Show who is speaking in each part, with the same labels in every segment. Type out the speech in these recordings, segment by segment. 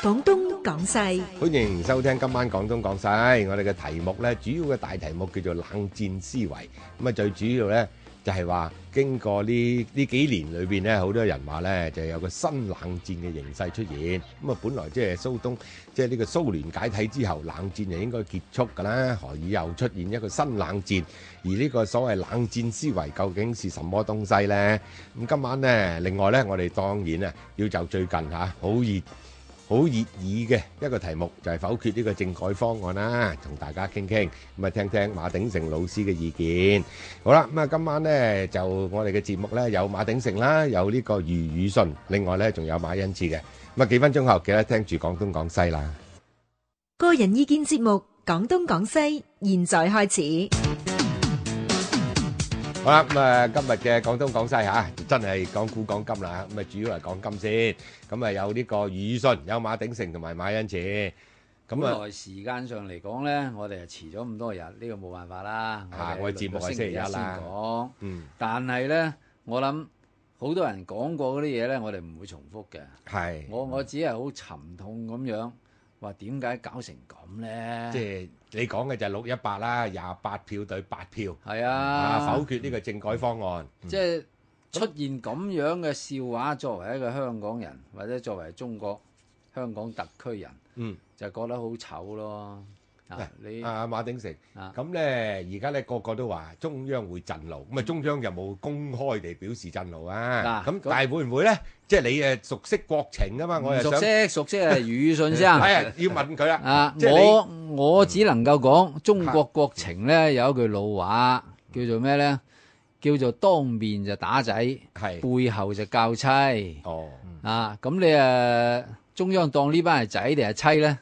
Speaker 1: 廣東廣西
Speaker 2: 歡迎收聽今晚廣東廣西，我哋嘅題目呢，主要嘅大題目叫做冷戰思維。咁啊，最主要呢，就係話經過呢呢幾年裏邊呢，好多人話呢，就有個新冷戰嘅形勢出現。咁啊，本來即係蘇東，即係呢個蘇聯解體之後，冷戰就應該結束㗎啦，何以又出現一個新冷戰？而呢個所謂冷戰思維究竟是什麼東西呢？咁今晚呢，另外呢，我哋當然啊，要就最近嚇好熱。好熱議嘅一個題目就係否決呢個政改方案啦，同大家傾傾，咁啊聽聽馬鼎盛老師嘅意見。好啦，咁啊今晚呢就我哋嘅節目呢有馬鼎盛啦，有呢個余宇信，另外呢仲有馬恩賜嘅。咁啊幾分鐘後記得聽住廣東廣西啦。
Speaker 1: 個人意見節目《廣東廣西》，現在開始。
Speaker 2: 好啦，咁啊今日嘅廣東廣西嚇就真係講古講金啦，咁啊主要係講金先，咁啊有呢個余宇信，有馬鼎盛同埋馬恩賜，咁啊
Speaker 3: 本。來時間上嚟講呢，我哋係遲咗咁多日，呢、個冇辦法啦。
Speaker 2: 啊我哋節目係
Speaker 3: 輪到
Speaker 2: 星期一啦
Speaker 3: 先講，
Speaker 2: 嗯，
Speaker 3: 但係呢，我諗好多人講過嗰啲嘢呢，我哋唔會重複嘅。
Speaker 2: 係，
Speaker 3: 我我只係好沉痛咁樣話點解搞成咁呢？
Speaker 2: 即係你講嘅就係六一八啦，廿八票對八票，
Speaker 3: 係
Speaker 2: 啊
Speaker 3: 啊，
Speaker 2: 否決嗯呢個政改方案，
Speaker 3: 即係出現咁樣嘅笑話，作為一個香港人或者作為中國香港特區人，
Speaker 2: 嗯，
Speaker 3: 就覺得好醜咯。啊，你
Speaker 2: 啊馬鼎盛，
Speaker 3: 啊
Speaker 2: 咁咧而家咧個個都話中央會震怒，咁啊中央又冇公開地表示震怒啊，
Speaker 3: 嗱
Speaker 2: 咁
Speaker 3: 咁
Speaker 2: 但係會唔會咧？即係你誒熟悉國情啊嘛，我又想
Speaker 3: 唔熟悉熟悉係語信先。
Speaker 2: 係啊，要問佢啦，
Speaker 3: 啊！
Speaker 2: 即係你
Speaker 3: 我我只能夠講中國國情咧有一句老話叫做咩咧？叫做當面就打仔，
Speaker 2: 係，
Speaker 3: 背後就教妻
Speaker 2: 哦，
Speaker 3: 啊！咁你誒中央當呢班係仔定係妻咧？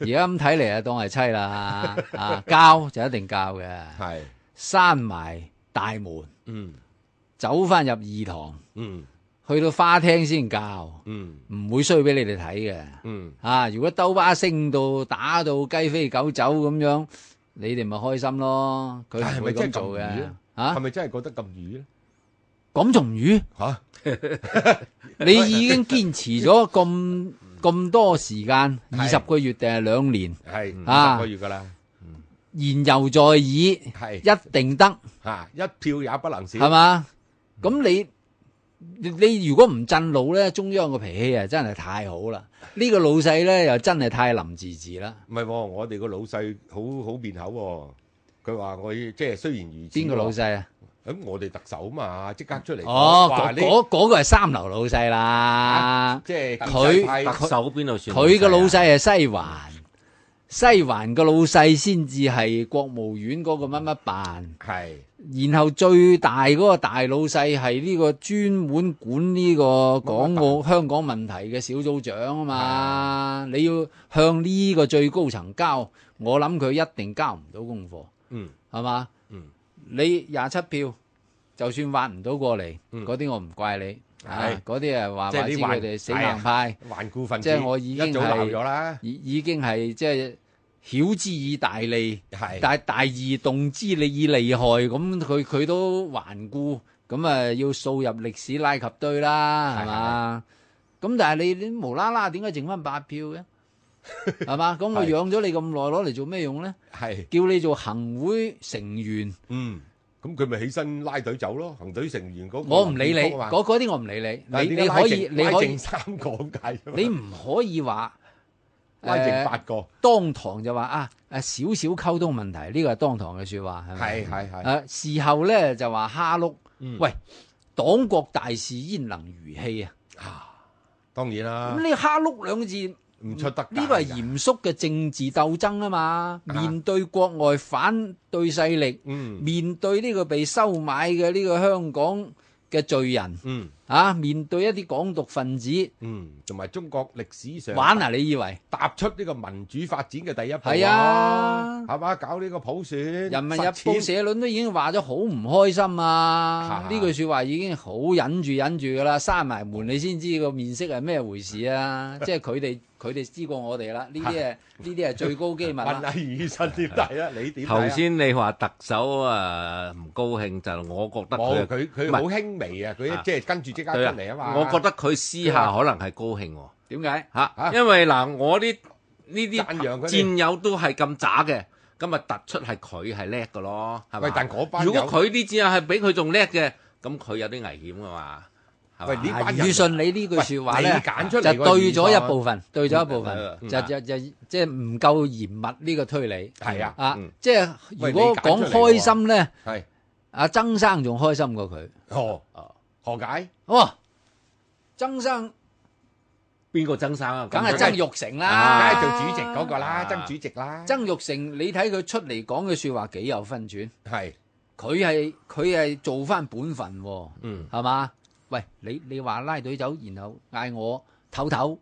Speaker 3: 而家咁睇嚟啊，當係妻啦啊！ 教就一定教嘅，
Speaker 2: 係，
Speaker 3: 閂埋大門，
Speaker 2: 嗯
Speaker 3: 走翻入二堂，
Speaker 2: 嗯
Speaker 3: 去到花廳先教，
Speaker 2: 嗯
Speaker 3: 唔會衰俾你哋睇嘅。
Speaker 2: 嗯，
Speaker 3: 啊！如果兜巴升到打到雞飛狗走咁樣，你哋咪開心咯。佢
Speaker 2: 但係
Speaker 3: 唔
Speaker 2: 咪
Speaker 3: 會
Speaker 2: 真係
Speaker 3: 咁
Speaker 2: 咁
Speaker 3: 做
Speaker 2: 易
Speaker 3: 嘅
Speaker 2: 啊係
Speaker 3: 嚇。
Speaker 2: 咪真係覺得咁愚咧？
Speaker 3: 咁仲魚，
Speaker 2: 嚇，
Speaker 3: 你已經堅持 咗咁咁多時間，
Speaker 2: 係
Speaker 3: 二十個月定係兩年，
Speaker 2: 係五十
Speaker 3: 啊
Speaker 2: 個月㗎啦，
Speaker 3: 言猶在耳，一
Speaker 2: 係
Speaker 3: 定得
Speaker 2: 嚇一票也不能少，
Speaker 3: 係嘛？咁你你你如果唔震怒咧，中央個脾氣啊真係太好啦。呢、個老細咧又真係太林治治啦。
Speaker 2: 唔係喎，我哋個老細好好變口喎、佢話我要即係雖然如此，
Speaker 3: 邊個老？細啊？
Speaker 2: 咁我哋特首嘛，即刻出嚟講
Speaker 3: 哦，
Speaker 2: 話
Speaker 3: 嗰
Speaker 2: 呢
Speaker 3: 嗰嗰個係三流老細啦。
Speaker 2: 即係
Speaker 3: 佢
Speaker 2: 建制派
Speaker 4: 特首邊度
Speaker 2: 啊
Speaker 4: 算？
Speaker 3: 佢嘅老細係西環，西環嘅老細先至係國務院嗰個乜乜辦，
Speaker 2: 係
Speaker 3: 然後最大嗰個大老細係呢個專門管呢個港澳香港問題嘅小組長啊嘛，你要向呢個最高層交，我諗佢一定交唔到功課，
Speaker 2: 嗯
Speaker 3: 係嘛？
Speaker 2: 嗯，
Speaker 3: 你廿七票就算挖唔到過嚟，嗰啲我唔怪你，啊
Speaker 2: 嗯係
Speaker 3: 嗰啲係話
Speaker 2: 即係
Speaker 3: 話
Speaker 2: 你
Speaker 3: 知
Speaker 2: 還
Speaker 3: 佢哋死
Speaker 2: 係啊
Speaker 3: 硬派。
Speaker 2: 頑固分子，
Speaker 3: 即係我已經
Speaker 2: 一早鬧咗啦，
Speaker 3: 已已經係即係曉之以大利，
Speaker 2: 係
Speaker 3: 但係大義動之以利害，咁佢佢都頑固，咁啊要掃入歷史拉及堆啦，
Speaker 2: 係
Speaker 3: 係嘛？咁但係你你無啦啦點解剩翻八票 嘅？係嘛？咁我
Speaker 2: 係
Speaker 3: 養咗你咁耐，攞嚟做咩用咧？
Speaker 2: 係
Speaker 3: 叫你做行會成員，
Speaker 2: 嗯，咁佢咪起身拉隊走咯，行隊成員嗰個
Speaker 3: 我唔理你，
Speaker 2: 林建峰啊嘛
Speaker 3: 嗰嗰啲我唔理你，
Speaker 2: 但係
Speaker 3: 你
Speaker 2: 點解
Speaker 3: 你
Speaker 2: 拉
Speaker 3: 可以
Speaker 2: 剩
Speaker 3: 你
Speaker 2: 拉
Speaker 3: 可
Speaker 2: 剩
Speaker 3: 以
Speaker 2: 三個咁解啫嘛，
Speaker 3: 你唔可以話
Speaker 2: 拉剩
Speaker 3: 誒
Speaker 2: 八個，
Speaker 3: 當堂就話啊誒少少溝通問題，呢個係當堂嘅説話係咪？
Speaker 2: 係係係，
Speaker 3: 誒事後咧就話蝦碌，
Speaker 2: 嗯
Speaker 3: 喂，黨國大事焉能如戲啊？
Speaker 2: 當然
Speaker 3: 咁
Speaker 2: 啦，
Speaker 3: 你蝦碌兩個字，
Speaker 2: 唔出得
Speaker 3: 呢個係
Speaker 2: 界㗎
Speaker 3: 嚴肅嘅政治鬥爭啊嘛！
Speaker 2: 啊
Speaker 3: 面對國外反對勢力，
Speaker 2: 嗯
Speaker 3: 面對呢個被收買嘅呢個香港嘅罪人
Speaker 2: 嗯
Speaker 3: 啊，面對一啲港獨分子，
Speaker 2: 嗯，同埋中國歷史上
Speaker 3: 玩啊！你以為？
Speaker 2: 踏出呢個民主發展嘅第一步
Speaker 3: 係啊
Speaker 2: 係嘛？搞呢個普選，
Speaker 3: 《人民日
Speaker 2: 實
Speaker 3: 報》
Speaker 2: 踐
Speaker 3: 社論都已經話咗好唔開心啊！
Speaker 2: 啊
Speaker 3: 呢句説話已經好忍住忍住噶啦，閂埋門你先知個面色係咩回 事啊！即係佢哋佢哋知過我哋啦，呢啲係呢啲係最高機密
Speaker 2: 問
Speaker 3: 啦。
Speaker 2: 下余醫生點睇啊？你點睇啊
Speaker 4: 頭先你話特首啊唔高興，就我覺得
Speaker 2: 冇
Speaker 4: 佢
Speaker 2: 佢佢
Speaker 4: 唔
Speaker 2: 好
Speaker 4: 係
Speaker 2: 輕微啊！佢
Speaker 4: 啊
Speaker 2: 即係跟住即刻出
Speaker 4: 對啊
Speaker 2: 嚟啊嘛。
Speaker 4: 我覺得佢私下可能係高興喎。
Speaker 3: 點解？
Speaker 4: 吓、
Speaker 2: 啊
Speaker 4: 因為嗱，我啲呢啲
Speaker 2: 讚揚佢哋
Speaker 4: 戰友都係咁渣嘅，咁咪突出係佢係叻嘅咯，係
Speaker 2: 喂，但
Speaker 4: 咪？
Speaker 2: 嗰班
Speaker 4: 如果
Speaker 2: 友
Speaker 4: 佢啲戰友係比佢仲叻嘅，咁佢有啲危險噶嘛，係
Speaker 2: 喂
Speaker 4: 嘛
Speaker 2: 呢？班人
Speaker 3: 以信你呢句说話
Speaker 2: 喂
Speaker 3: 咧
Speaker 2: 你，揀出
Speaker 3: 就
Speaker 2: 嚟個
Speaker 3: 對咗
Speaker 2: 預
Speaker 3: 一
Speaker 2: 案
Speaker 3: 部分，對咗一部分
Speaker 4: 嗯，
Speaker 2: 嗯
Speaker 3: 就就就即係唔夠嚴密呢個推理。
Speaker 2: 係啊
Speaker 3: 啊
Speaker 2: 嗯，
Speaker 3: 即係如
Speaker 2: 喂
Speaker 3: 果
Speaker 2: 你揀出嚟
Speaker 3: 講開心咧，
Speaker 2: 係
Speaker 3: 阿曾生仲開心過佢。
Speaker 2: 何何解？
Speaker 3: 哇！曾生
Speaker 4: 邊個曾生啊？
Speaker 3: 梗係
Speaker 4: 咁
Speaker 3: 曾玉成
Speaker 2: 梗
Speaker 3: 啦，
Speaker 2: 係做主席嗰個啦，
Speaker 4: 啊
Speaker 2: 曾主席啦，
Speaker 3: 曾玉成，你睇佢出嚟講嘅说話幾有分寸，
Speaker 2: 係
Speaker 3: 佢係佢係做翻本分喎，
Speaker 2: 嗯
Speaker 3: 係嘛？喂，你你話拉隊走，然後嗌我唞 唞，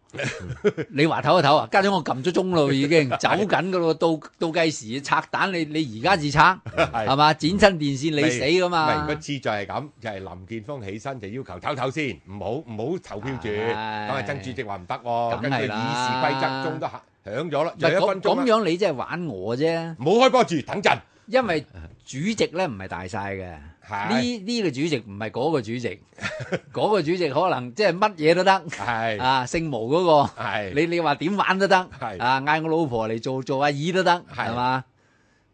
Speaker 3: 你話唞一唞啊？家長我撳咗鐘咯，已經走緊噶咯，到到計時拆彈，你你而家至拆
Speaker 2: 係
Speaker 3: 係嘛？剪親電線你死噶
Speaker 2: 唔
Speaker 3: 嘛
Speaker 2: 係個？次序係咁，就係林建峰起身就要求唞唞先，唔好唔好投票住。
Speaker 3: 係
Speaker 2: 咁啊，曾主席話唔得喎，
Speaker 3: 梗
Speaker 2: 跟住
Speaker 3: 係
Speaker 2: 議事
Speaker 3: 啦
Speaker 2: 規則鐘都響響咗啦，
Speaker 3: 唔
Speaker 2: 仲
Speaker 3: 係
Speaker 2: 有一
Speaker 3: 咁
Speaker 2: 分鐘啊
Speaker 3: 咁
Speaker 2: 啦
Speaker 3: 樣，你真係玩我啫，
Speaker 2: 唔好開波住，等陣。
Speaker 3: 因為主席咧唔係大晒嘅。
Speaker 2: 係
Speaker 3: 呢呢個主席唔係嗰個主席， 嗰個主席可能即係乜嘢都得，
Speaker 2: 係
Speaker 3: 啊姓毛嗰、個，
Speaker 2: 係
Speaker 3: 你你話點玩都得，
Speaker 2: 係
Speaker 3: 啊嗌我老婆嚟做做阿姨都得，
Speaker 2: 係
Speaker 3: 係嘛？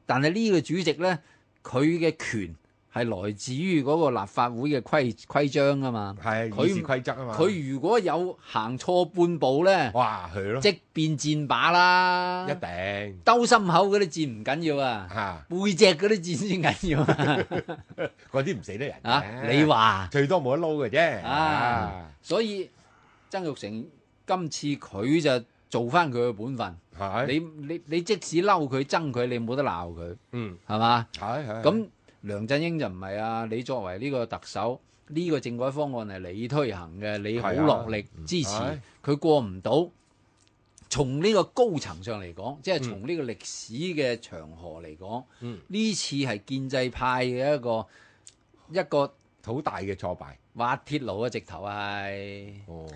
Speaker 3: 但係呢個主席咧，佢嘅權係來自於嗰個立法會嘅規規章啊嘛。
Speaker 2: 係
Speaker 3: 佢
Speaker 2: 議事規則啊嘛。
Speaker 3: 佢如果有行錯半步咧，
Speaker 2: 哇佢咯，
Speaker 3: 即變箭靶啦
Speaker 2: 一，定
Speaker 3: 兜心口嗰啲箭唔緊要啊，
Speaker 2: 嚇
Speaker 3: 背脊嗰啲箭先緊 要啊！
Speaker 2: 嗰啲唔死得人嘅
Speaker 3: 啊，你話？
Speaker 2: 最多冇得撈嘅啫。
Speaker 3: 啊
Speaker 2: 啊
Speaker 3: 所以曾玉成今次佢就做翻佢嘅本分。
Speaker 2: 係
Speaker 3: 你你你即使嬲佢憎佢，你冇得鬧佢，
Speaker 2: 嗯
Speaker 3: 係嘛？
Speaker 2: 係係
Speaker 3: 咁梁振英就唔係啊！你作為呢個特首，呢、個政改方案係你推行嘅，你好
Speaker 2: 係啊嗯
Speaker 3: 落力支持，佢
Speaker 2: 係、
Speaker 3: 過唔到。從呢個高層上嚟講，即係從呢個歷史嘅長河嚟講，
Speaker 2: 嗯
Speaker 3: 呢、次係建制派嘅一個一個
Speaker 2: 好大嘅挫敗。
Speaker 3: 滑鐵路啊，直頭係。
Speaker 2: 哦，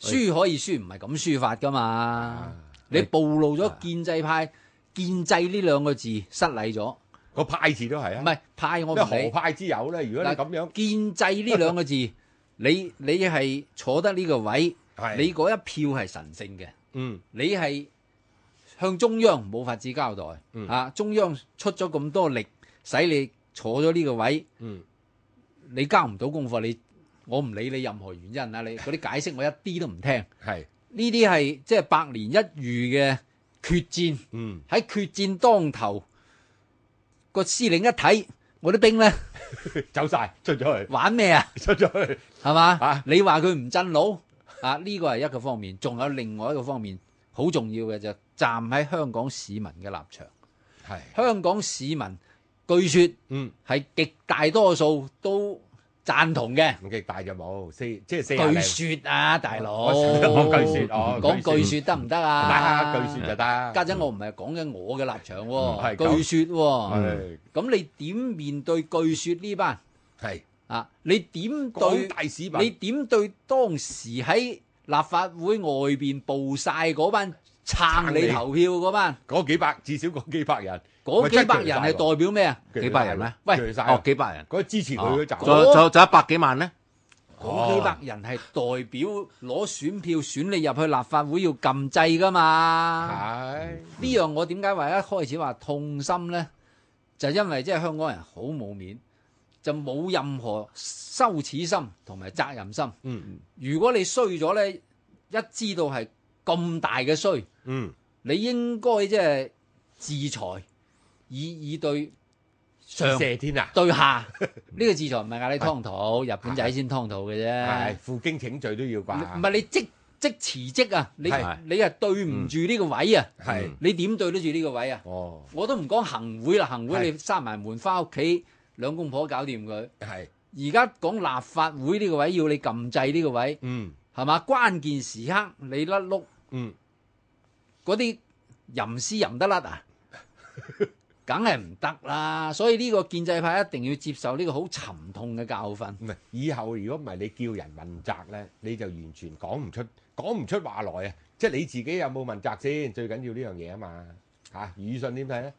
Speaker 3: 輸可以輸，唔係咁輸法噶
Speaker 2: 啊
Speaker 3: 嘛。
Speaker 2: 哎
Speaker 3: 你暴露咗建制派建制呢兩個字失禮咗，唔
Speaker 2: 個派字都係啊，
Speaker 3: 係派
Speaker 2: 因
Speaker 3: 我唔
Speaker 2: 為何
Speaker 3: 理
Speaker 2: 派之有咧？如果你咁樣
Speaker 3: 建制呢兩個字， 你你係坐得呢個位，
Speaker 2: 係
Speaker 3: 你嗰一票係神聖嘅，
Speaker 2: 嗯
Speaker 3: 你係向中央冇法子交代、
Speaker 2: 嗯
Speaker 3: 啊！中央出咗咁多力，使你坐咗呢個位，
Speaker 2: 嗯。
Speaker 3: 你交唔到功課，你我唔理你任何原因啊！你嗰啲解釋我一啲都唔聽。
Speaker 2: 係
Speaker 3: 呢啲係即係百年一遇嘅決戰，
Speaker 2: 嗯
Speaker 3: 喺決戰當頭，個司令一睇，我啲兵咧
Speaker 2: 走晒出咗去，
Speaker 3: 玩咩啊？
Speaker 2: 出咗去
Speaker 3: 係嘛？
Speaker 2: 啊
Speaker 3: 你話佢唔震腦啊？呢個係一個方面，仲有另外一個方面好重要嘅就站喺香港市民嘅立場。
Speaker 2: 係
Speaker 3: 香港市民據說
Speaker 2: 嗯
Speaker 3: 係極大多數都贊同嘅。
Speaker 2: 咁極大就冇四即係四廿零
Speaker 3: 據說啊，大佬，
Speaker 2: 我我據說哦
Speaker 3: 講
Speaker 2: 據
Speaker 3: 據說得唔得
Speaker 2: 得
Speaker 3: 啊？
Speaker 2: 啊，據説就得。
Speaker 3: 家陣我唔係講緊我嘅立場
Speaker 2: 嗯係
Speaker 3: 喎，
Speaker 2: 咁
Speaker 3: 據說喎，
Speaker 2: 係
Speaker 3: 咁你點面對據說呢班
Speaker 2: 係
Speaker 3: 啊？你點
Speaker 2: 廣
Speaker 3: 對？
Speaker 2: 大市
Speaker 3: 你
Speaker 2: 民
Speaker 3: 點對當時喺立法會外邊暴晒嗰班撐
Speaker 2: 撐
Speaker 3: 你
Speaker 2: 你
Speaker 3: 投票嗰班
Speaker 2: 嗰幾百，至少嗰幾百人，
Speaker 3: 嗰
Speaker 2: 喂真
Speaker 3: 幾
Speaker 2: 係
Speaker 3: 百人
Speaker 2: 鋸晒
Speaker 3: 係
Speaker 2: 喎
Speaker 3: 代表咩啊？
Speaker 2: 鋸晒
Speaker 4: 幾百人咩
Speaker 3: 喂
Speaker 2: 鋸晒
Speaker 4: 哦
Speaker 2: 喎，
Speaker 4: 幾百人，
Speaker 2: 嗰支持佢嗰
Speaker 4: 哦
Speaker 2: 集
Speaker 4: 仲有仲有仲有一百幾萬咧，
Speaker 3: 嗰幾百人係代表攞選票選你入去立法會要禁制噶嘛？
Speaker 2: 係
Speaker 3: 呢樣我點解話一開始話痛心呢？就因為即係香港人好冇面，就冇任何羞恥心同埋責任心。
Speaker 2: 嗯
Speaker 3: 如果你衰咗呢，一知道係咁大嘅衰，
Speaker 2: 嗯
Speaker 3: 你應該即係自裁，以以對上
Speaker 2: 謝天啊，
Speaker 3: 對 下。呢個自裁唔係嗌你劏肚，日本仔先劏肚嘅啫
Speaker 2: 係。負荊請罪都要
Speaker 3: 唔
Speaker 2: 啩，
Speaker 3: 係你即即辭職啊！你
Speaker 2: 係
Speaker 3: 你係對唔住呢個位啊！
Speaker 2: 係
Speaker 3: 你點對得住呢個位啊？
Speaker 2: 哦
Speaker 3: 我都唔講行會啦，行會
Speaker 2: 係
Speaker 3: 你閂埋門翻屋企，兩公婆搞掂佢。
Speaker 2: 係
Speaker 3: 而家講立法會呢個位要你禁制呢個位，
Speaker 2: 嗯
Speaker 3: 係嘛？關鍵時刻你甩碌
Speaker 2: 嗯
Speaker 3: 嗰啲淫絲淫得甩 啊，梗係唔得啦。所以呢個建制派一定要接受呢個好沉痛嘅教 訓。
Speaker 2: 唔係以後如果唔係你叫人問責咧，你就完全講唔出講唔出話來啊！即係你自己有冇問責先，最緊要呢樣嘢啊嘛嚇。啊、語信點睇咧？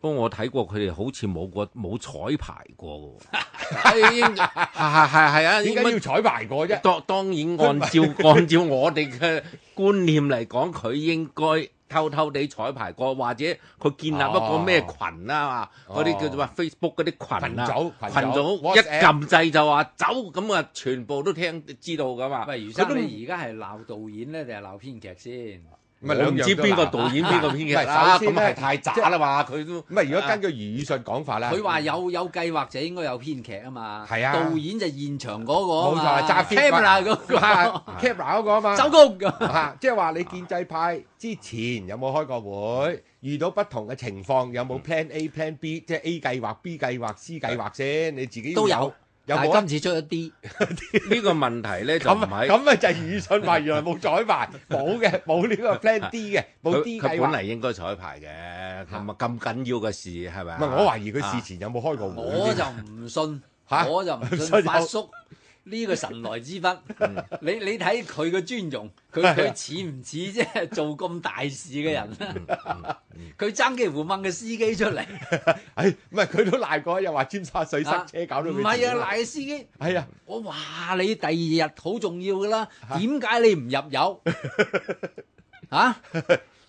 Speaker 4: 不過我睇過佢哋好似冇過冇彩排過 嘅喎，
Speaker 3: 係英
Speaker 4: 係係係係啊！
Speaker 2: 點
Speaker 4: 英
Speaker 2: 解要
Speaker 4: 文
Speaker 2: 彩排過啫？
Speaker 4: 當當然按照 按照我哋嘅觀念嚟講，佢應該偷偷地彩排過，或者佢建立一個咩群啊
Speaker 2: 哦
Speaker 4: 嗰啲叫做話 Facebook 嗰啲群啊
Speaker 2: 群組群組
Speaker 4: 群組
Speaker 2: WhatsApp
Speaker 4: 一撳掣就話走咁啊，全部都聽知道噶嘛。
Speaker 3: 喂，余
Speaker 4: 佢都
Speaker 3: 生，
Speaker 4: 唔
Speaker 3: 你而家係鬧導演咧，定係鬧編劇先？
Speaker 2: 唔係
Speaker 4: 我唔
Speaker 2: 兩樣
Speaker 4: 知
Speaker 2: 都
Speaker 4: 邊個
Speaker 2: 難
Speaker 4: 導演邊個編劇
Speaker 2: 唔係
Speaker 4: 啦，
Speaker 2: 首先
Speaker 4: 咁
Speaker 2: 呢
Speaker 4: 係太渣啦嘛，佢都
Speaker 2: 唔係，如果根據語術講法咧，
Speaker 3: 佢話有有計劃就應該有編劇啊嘛。
Speaker 2: 係啊
Speaker 3: 導演就現場嗰
Speaker 2: 冇
Speaker 3: 個啊嘛
Speaker 2: 錯，揸 fit
Speaker 3: camera 嗰 個
Speaker 2: camera 嗰個啊嘛，
Speaker 3: 走工咁。
Speaker 2: 啊，即係話你建制派之前有冇開過會？遇到不同嘅情況有冇 plan A、plan B，即係 A 計劃、B 計劃、C 計劃先？你自己
Speaker 3: 都有，
Speaker 2: 有
Speaker 3: 但係
Speaker 2: 冇啊？
Speaker 3: 今次出一啲，
Speaker 4: 呢個問題咧就唔
Speaker 2: 咁啊
Speaker 4: 係
Speaker 2: 咁咪就係語信話原來冇彩排，冇嘅，冇呢個 plan D 嘅，冇 D
Speaker 4: 佢
Speaker 2: 計
Speaker 4: 佢本
Speaker 2: 劃。
Speaker 4: 嚟應該彩排嘅，咁啊咁緊要嘅事係咪啊？
Speaker 2: 唔係，我懷疑佢事前有冇開過會
Speaker 3: 我
Speaker 2: 添。
Speaker 3: 就唔信，
Speaker 2: 哦嚇
Speaker 3: 我就唔
Speaker 2: 唔
Speaker 3: 信
Speaker 2: 信
Speaker 3: 發
Speaker 2: 有嗯
Speaker 3: 叔呢個神來 之筆。你你睇佢嘅尊容，佢
Speaker 2: 啊
Speaker 3: 佢似唔似即係 做咁大事嘅人啊
Speaker 2: 嗯
Speaker 4: 嗯
Speaker 3: 佢爭幾乎掹個司機出 嚟，
Speaker 2: 誒，唔係佢都賴過，又話尖沙咀塞車搞到佢
Speaker 3: 唔係啊，
Speaker 2: 自己
Speaker 3: 賴個司機。
Speaker 2: 係啊，
Speaker 3: 我話你第二日好重要噶 啦，點解你唔入油？啊？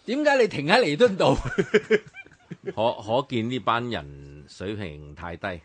Speaker 3: 點解你停喺彌敦道？
Speaker 4: 可可見呢班人水平太低，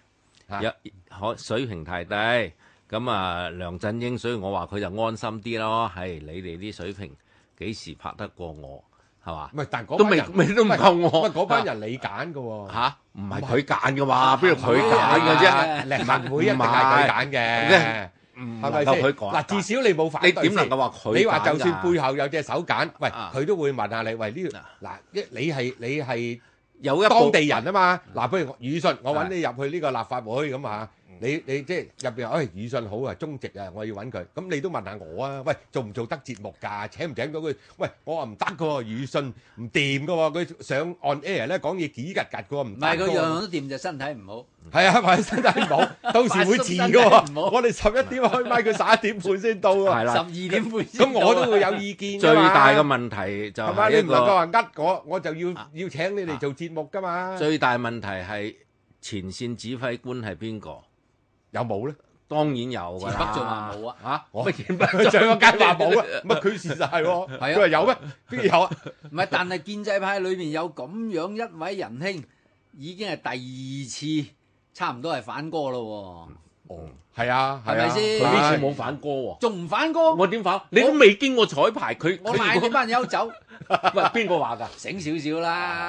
Speaker 2: 嚇
Speaker 4: 有可水平太低。咁啊，梁振英，所以我話佢就安心啲咯。係你哋啲水平幾時拍得過我？係嘛
Speaker 2: 唔？係，但係嗰
Speaker 4: 都
Speaker 2: 班
Speaker 4: 未
Speaker 2: 人
Speaker 4: 未都唔夠
Speaker 2: 喂，
Speaker 4: 我。
Speaker 2: 嗰班人你揀嘅喎，
Speaker 4: 嚇，唔係佢揀嘅嘛？邊度佢
Speaker 2: 唔係
Speaker 4: 揀嘅啫？
Speaker 3: 啫
Speaker 2: 立法會一定係佢揀嘅，
Speaker 4: 嗯唔
Speaker 2: 係咪
Speaker 4: 能夠
Speaker 2: 先？
Speaker 4: 佢講啊
Speaker 2: 嗱，至少你冇反
Speaker 4: 你
Speaker 2: 對
Speaker 4: 點能
Speaker 2: 先
Speaker 4: 夠話佢揀㗎？
Speaker 2: 你話就
Speaker 4: à.
Speaker 2: 算背後有隻手揀，喂，
Speaker 4: 啊
Speaker 2: 佢都會問下你，喂呢嗱，一你係你係
Speaker 4: 有一部
Speaker 2: 當地人啊嘛，嗱，譬如我宇信，我揾你入去呢個立法會咁啊，你你即係入邊，哎，宇信好啊，中籍啊，我要揾佢，咁你都問下我啊，喂，做唔做得節目㗎？請唔請到佢？喂，我話唔得嘅喎，宇信唔掂嘅喎，佢上 on air 咧講嘢幾拮拮嘅喎，唔
Speaker 3: 唔
Speaker 2: 得
Speaker 3: 係
Speaker 2: 㗎
Speaker 3: 佢
Speaker 2: 喎
Speaker 3: 樣樣都掂，就身體唔好。
Speaker 2: 係啊，埋身體唔 好，到時會遲嘅
Speaker 3: 發生身體
Speaker 2: 喎。
Speaker 3: 唔好
Speaker 2: 我哋十一點開麥，佢十一點半先到
Speaker 4: 係
Speaker 2: 啊。
Speaker 4: 啦
Speaker 3: 十二點半先
Speaker 2: 咁我
Speaker 3: 到啊
Speaker 2: 都會有意見
Speaker 4: 最
Speaker 2: 㗎嘛
Speaker 4: 大嘅問題就
Speaker 2: 係嘛？你
Speaker 4: 係一
Speaker 2: 唔能夠
Speaker 4: 個
Speaker 2: 話呃我，我就要
Speaker 4: 啊
Speaker 2: 要請你嚟做節目㗎嘛？
Speaker 4: 最大問題係前線指揮官係邊個？
Speaker 2: 有冇咧？
Speaker 4: 當然有㗎啦。
Speaker 3: 田北俊話冇啊
Speaker 4: 嚇
Speaker 2: 我
Speaker 4: 乜 田北
Speaker 2: 哦就有街話冇啊，乜佢事實係喎。
Speaker 3: 係啊
Speaker 2: 佢話有咩？邊有 啊？
Speaker 3: 唔係，但係建制派裏面有咁樣一位仁兄，已經係第二次，差唔多係反歌咯
Speaker 2: 哦，係啊，係啊
Speaker 3: 係咪先
Speaker 4: 佢呢次冇反歌喎、
Speaker 3: 喎，仲唔反歌？
Speaker 4: 我點反？你都未經過彩排，佢
Speaker 3: 我
Speaker 4: 佢
Speaker 3: 賴
Speaker 4: 如
Speaker 3: 你
Speaker 4: 果
Speaker 3: 班友 走，
Speaker 4: 喂邊個話㗎？
Speaker 3: 醒少少啦。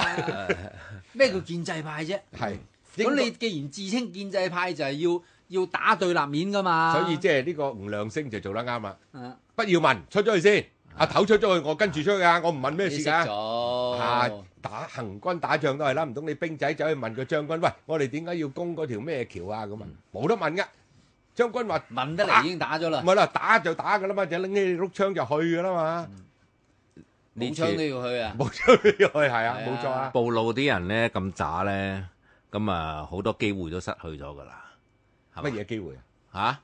Speaker 3: 咩叫建制派啫？
Speaker 2: 係。
Speaker 3: 咁你既然自稱建制派，就係要要打對立面噶嘛。
Speaker 2: 所以即係呢個吳亮星就做得啱啦。
Speaker 3: 啊，
Speaker 2: 不要問，出咗去先。阿頭出咗去，我跟住出去啊！我唔問咩
Speaker 3: 你
Speaker 2: 事
Speaker 3: 識
Speaker 2: 㗎。啊
Speaker 3: 咗。！
Speaker 2: 打行軍打仗都係啦，唔通你兵仔走去問個將軍，喂，我哋點解要攻嗰條咩橋啊？咁啊，
Speaker 3: 嗯
Speaker 2: 冇得問噶。將軍話
Speaker 3: 問得嚟已經打咗啦
Speaker 2: 唔，係啦，打就打噶啦嘛，就拎起碌槍就去噶啦嘛，
Speaker 3: 嗯
Speaker 4: 呢
Speaker 3: 冇
Speaker 4: 次
Speaker 3: 槍都要去啊！
Speaker 2: 冇槍去係啊，
Speaker 3: 係啊
Speaker 2: 冇錯啊。
Speaker 4: 暴露啲人咧咁渣咧，咁啊好多機會都失去咗㗎啦。係嘛
Speaker 2: 乜嘢機會啊？
Speaker 4: 嚇？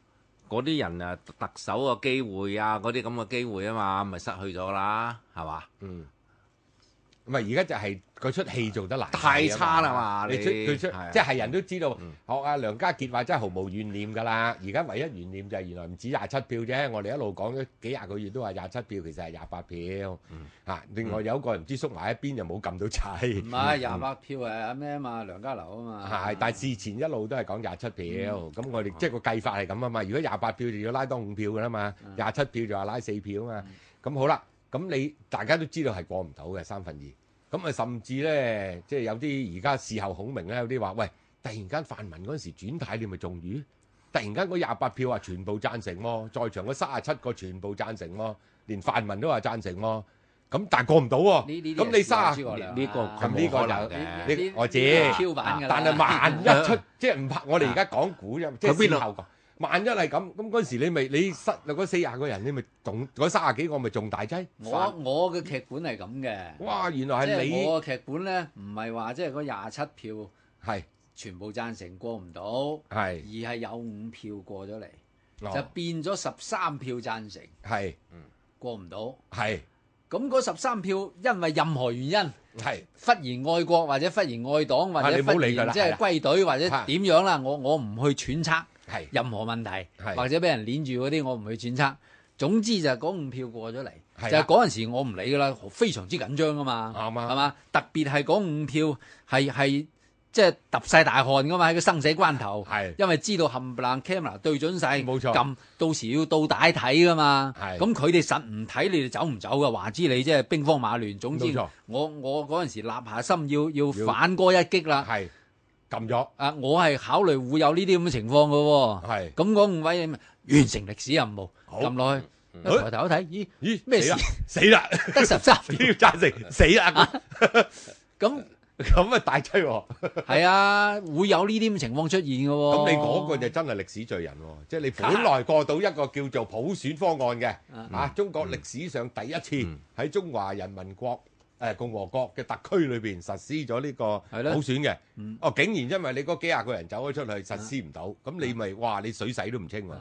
Speaker 4: 嗰啲人啊，特首嘅機會啊，嗰啲咁嘅機會啊嘛，咪失去咗啦，係嘛？
Speaker 2: 嗯，唔係而家就係嗰出戲做得難睇啊，
Speaker 4: 太差啦嘛
Speaker 2: 你出
Speaker 4: 你
Speaker 2: 佢出
Speaker 4: 係啊
Speaker 2: 即係人都知道
Speaker 4: 嗯，
Speaker 2: 學阿梁家傑話真係毫無怨念㗎啦。而家唯一怨念就係原來唔止廿七票啫，我哋一路講咗幾廿個月都話廿七票，其實係廿八票
Speaker 4: 嗯
Speaker 2: 嚇。另外有一個唔知縮埋一邊就冇撳到掣
Speaker 3: 唔。係廿八票係咩啊嘛？梁家樓啊嘛。
Speaker 2: 係，但係事前一路都係講廿七票，咁我哋即係個計法係咁啊嘛。如果廿八票就要拉多五票㗎啦嘛，廿七票就話拉四票啊嘛。咁好啦，咁你大家都知道係過唔到嘅三分二，咁啊甚至咧，即係有啲而家事後孔明咧，有啲話喂，突然間泛民嗰陣時轉態，你咪中魚。突然間嗰廿八票話全部贊成喎，在場嗰三十七個全部贊成喎，連泛民都話贊成喎，咁但係過唔到
Speaker 3: 呢
Speaker 2: 喎，
Speaker 3: 呢啲
Speaker 2: 咁你
Speaker 3: 係
Speaker 2: 三
Speaker 3: 事
Speaker 2: 十
Speaker 3: 後諸葛亮
Speaker 4: 呢個
Speaker 3: 啊
Speaker 2: 咁呢個就
Speaker 4: 呢
Speaker 2: 呢
Speaker 3: 呢
Speaker 2: 我知
Speaker 3: 呢個 Q 版㗎啦。
Speaker 2: 但係萬一出，即係唔怕，我哋而家講股啫，即
Speaker 4: 佢邊
Speaker 2: 係事
Speaker 4: 度
Speaker 2: 後講。萬一係咁，咁嗰時你咪你失嗰四廿個人，你咪仲嗰三十幾個咪仲大劑。
Speaker 3: 我我嘅劇本係咁嘅。
Speaker 2: 哇！原來
Speaker 3: 即
Speaker 2: 係
Speaker 3: 係
Speaker 2: 你
Speaker 3: 我嘅劇本咧，唔係話即係嗰廿七票
Speaker 2: 係
Speaker 3: 全部贊成過唔到，而
Speaker 2: 係
Speaker 3: 係有五票過咗嚟，就
Speaker 2: 哦
Speaker 3: 變咗十三票贊成
Speaker 2: 係
Speaker 3: 過唔到。
Speaker 2: 係
Speaker 3: 咁嗰十三票因為任何原因
Speaker 2: 係
Speaker 3: 忽然愛國或者忽然愛黨或
Speaker 2: 啊你
Speaker 3: 者
Speaker 2: 唔好
Speaker 3: 忽
Speaker 2: 理佢啦
Speaker 3: 然即係
Speaker 2: 係啦
Speaker 3: 歸隊或者
Speaker 2: 啊
Speaker 3: 點樣啦，我我唔去揣測
Speaker 2: 係
Speaker 3: 任何問題，
Speaker 2: 係
Speaker 3: 或者俾人攆住嗰啲我唔去揣測。總之就係嗰五票過咗嚟，
Speaker 2: 係啦
Speaker 3: 就係嗰陣時我唔理噶啦，非常之緊張噶嘛，
Speaker 2: 啱啊
Speaker 3: 係嘛？特別係嗰五票係係即係揼晒大汗噶嘛，喺個生死關頭，
Speaker 2: 係
Speaker 3: 因為知道冚唪唥 camera 對準
Speaker 2: 啊
Speaker 3: 晒，
Speaker 2: 冇錯
Speaker 3: 撳到時要到帶睇噶嘛。
Speaker 2: 係
Speaker 3: 咁佢哋實唔睇你哋走唔走嘅，話知你即係兵荒馬亂。總之
Speaker 2: 冇錯
Speaker 3: 我我嗰陣時立下心要要
Speaker 2: 要
Speaker 3: 反戈一擊啦。
Speaker 2: 係撳咗，
Speaker 3: 啊，我係考慮會有呢啲咁嘅情況嘅喎。
Speaker 2: 係
Speaker 3: 咁嗰五位你咪完成歷史任務，
Speaker 2: 啊好
Speaker 3: 撳落去，一
Speaker 2: 嗯
Speaker 3: 抬頭一睇，咦，
Speaker 2: 咦
Speaker 3: 咩
Speaker 2: 死
Speaker 3: 事
Speaker 2: 啦死啦，
Speaker 3: 得十三
Speaker 2: 要贊成死啦，
Speaker 3: 咁
Speaker 2: 咁啊大劑喎！
Speaker 3: 係啊，會有呢啲咁嘅情況出現嘅喎。
Speaker 2: 咁你嗰個就真係歷史罪人喎，即係你本來過到一個叫做普選方案嘅，啊，中國歷史上第一次
Speaker 4: 嗯
Speaker 2: 喺中華人民國誒共和國嘅特區裏邊實施咗呢個
Speaker 3: 係咯
Speaker 2: 普選嘅
Speaker 3: 嗯，
Speaker 2: 哦，竟然因為你嗰幾廿個人走咗出去實施唔到，咁你咪哇你水洗都唔清喎，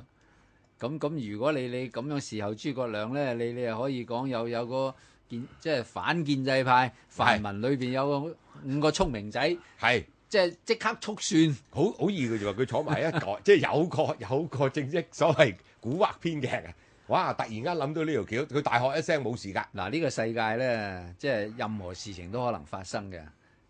Speaker 3: 咁咁，如果你你咁樣事後諸葛亮咧，你你又可以講有有個建即係反建制派泛民裏邊有個五個聰明仔，
Speaker 2: 係
Speaker 3: 即係即刻速算。
Speaker 2: 好好易嘅啫喎，佢坐埋一 個，即係有個有個正式所謂古惑編劇啊，哇！突然間諗到呢條橋，佢大喝一聲冇事㗎，
Speaker 3: 嗱，呢個世界咧，即係任何事情都可能發生嘅。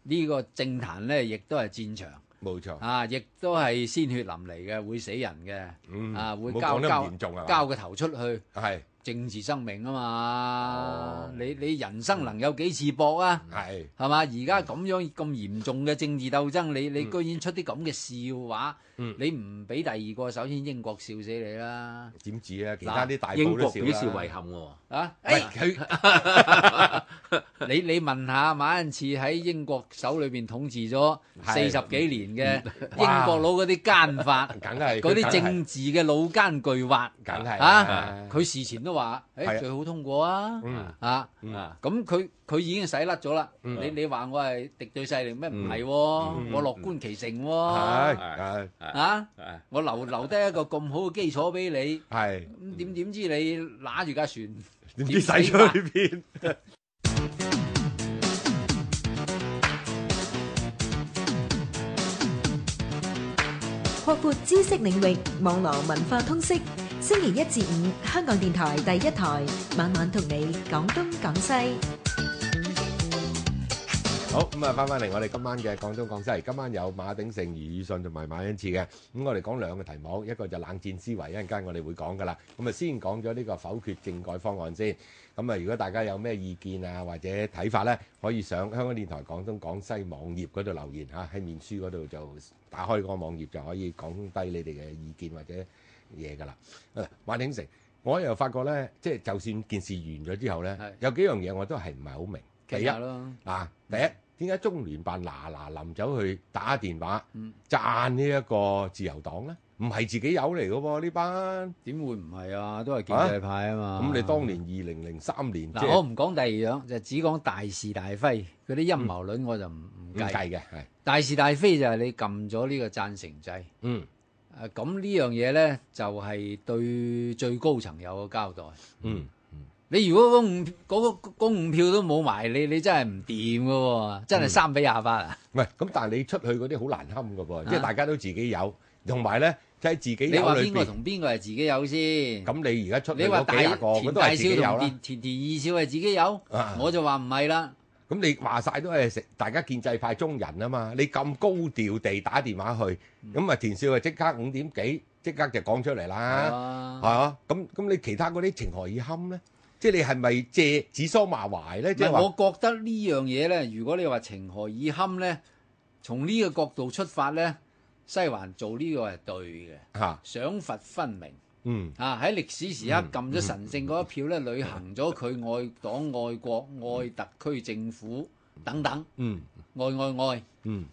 Speaker 3: 呢、個政壇咧，亦都係戰場
Speaker 2: 冇錯，
Speaker 3: 啊，亦都係鮮血淋漓嘅，會死人嘅
Speaker 2: 嗯，
Speaker 3: 啊，會
Speaker 2: 冇
Speaker 3: 交
Speaker 2: 講得咁嚴
Speaker 3: 交
Speaker 2: 重係
Speaker 3: 交
Speaker 2: 嘛，
Speaker 3: 個頭出去，
Speaker 2: 係
Speaker 3: 政治生命啊嘛
Speaker 2: 哦。
Speaker 3: 你你人生能有幾次搏啊？
Speaker 2: 係
Speaker 3: 係嘛？而家咁樣咁嚴重嘅政治鬥爭，你你居然出啲咁嘅笑話，
Speaker 2: 嗯
Speaker 3: 你唔俾第二個，首先英國笑死你啦！
Speaker 2: 點止啊？其他啲大
Speaker 4: 英
Speaker 2: 報
Speaker 4: 國
Speaker 2: 都
Speaker 4: 表
Speaker 2: 笑
Speaker 4: 示
Speaker 2: 啦
Speaker 4: 遺。憾喎。
Speaker 3: 啊，
Speaker 2: 喂，
Speaker 3: 哎
Speaker 2: 佢
Speaker 3: 你你問下馬恩賜喺英國手裏邊統治咗四
Speaker 2: 係嗯
Speaker 3: 十幾年嘅
Speaker 2: 哇
Speaker 3: 英國佬嗰啲奸法，
Speaker 2: 梗係
Speaker 3: 嗰
Speaker 2: 佢梗
Speaker 3: 啲
Speaker 2: 係
Speaker 3: 政治嘅老奸巨猾，
Speaker 2: 梗係
Speaker 3: 啊！佢事前都話：，誒、
Speaker 2: 係啊
Speaker 3: 最好通過啊！
Speaker 2: 嗯
Speaker 3: 啊！
Speaker 2: 嗯
Speaker 4: 啊，
Speaker 3: 咁佢佢已經洗甩咗啦。
Speaker 2: 嗯
Speaker 3: 你你話我係敵對勢力咩？唔係喎，
Speaker 2: 嗯
Speaker 3: 我樂觀其成喎。
Speaker 2: 係
Speaker 4: 係
Speaker 2: 係
Speaker 3: 啊！
Speaker 4: 啊
Speaker 3: 我留留低一個咁好嘅基礎俾你，
Speaker 2: 係，
Speaker 3: 咁點點知你揦住架船？
Speaker 2: 點知使咗去邊？
Speaker 1: 擴闊知識領域，網絡文化通識。星期一至五，香港電台第一台，晚晚同你講東講西。
Speaker 2: 好咁啊，翻翻嚟我哋今晚嘅廣東廣西，今晚有馬鼎盛、余宇信同埋馬恩賜嘅。咁我哋講兩個題目，一個就冷戰思維，一陣間我哋會講噶啦。咁啊，先講咗呢個否決政改方案先。咁啊，如果大家有咩意見啊或者睇法呢，可以上香港電台廣東廣西網頁嗰度留言嚇，喺面書嗰度就打開個網頁就可以講低你哋嘅意見或者嘢噶啦。啊馬鼎盛，我又發覺呢，即係就算件事完咗之後呢
Speaker 3: 係，
Speaker 2: 有幾樣嘢我都係唔係好明。第
Speaker 3: 傾
Speaker 2: 一
Speaker 3: 下。咯，
Speaker 2: 嗱，第一點解中聯辦嗱嗱臨走去打電話
Speaker 3: 嗯
Speaker 2: 讚呢一個自由黨咧？唔係自己友嚟嘅喎呢班。
Speaker 3: 點會唔係啊？都係建制派啊嘛。
Speaker 2: 咁你當年二零零三年即
Speaker 3: 嗱，我
Speaker 2: 係
Speaker 3: 唔講第二樣，就只講大是大非嗰啲陰謀論，我就唔唔
Speaker 2: 唔
Speaker 3: 計。
Speaker 2: 計嘅，係
Speaker 3: 大是大非就係你撳咗呢個贊成制，
Speaker 2: 嗯
Speaker 3: 誒咁呢樣嘢咧就係對最高層有個交代。
Speaker 2: 嗯
Speaker 3: 你如果嗰五嗰個嗰五票都冇埋，你你真係唔掂嘅喎，真
Speaker 2: 嗯
Speaker 3: 係三比廿八啊！
Speaker 2: 喂，咁但係你出去嗰啲好難堪嘅喎，即係
Speaker 3: 啊
Speaker 2: 大家都自己友，同埋咧即係自己
Speaker 3: 你
Speaker 2: 友
Speaker 3: 話
Speaker 2: 裏
Speaker 3: 邊個
Speaker 2: 邊。
Speaker 3: 同邊個係自己有先？
Speaker 2: 咁你而家出去
Speaker 3: 你話
Speaker 2: 嗰
Speaker 3: 大
Speaker 2: 幾廿個，
Speaker 3: 田
Speaker 2: 咁都係
Speaker 3: 大
Speaker 2: 自
Speaker 3: 少
Speaker 2: 己友
Speaker 3: 同
Speaker 2: 啦
Speaker 3: 田。田田二少係自己有，
Speaker 2: 啊
Speaker 3: 我就話唔係啦。
Speaker 2: 咁你話晒都係食大家建制派中人啊嘛，你咁高調地打電話去，
Speaker 3: 嗯
Speaker 2: 咁啊田少啊即刻五點幾，即刻就講出嚟啦。
Speaker 3: 啊
Speaker 2: 係啊，咁咁你其他嗰啲情何以堪咧？即係你係咪借指桑罵槐咧？
Speaker 3: 唔
Speaker 2: 即係
Speaker 3: 係，
Speaker 2: 話
Speaker 3: 我覺得呢樣嘢咧，如果你話情何以堪咧，從呢個角度出發咧，西環做呢個係對嘅，
Speaker 2: 嚇，
Speaker 3: 賞罰分明
Speaker 2: 嗯
Speaker 3: 啊！喺歷史時刻撳咗神聖嗰一票咧，履行咗佢愛黨、愛國、愛特區政府等等，
Speaker 2: 嗯
Speaker 3: 愛愛愛
Speaker 2: 嗯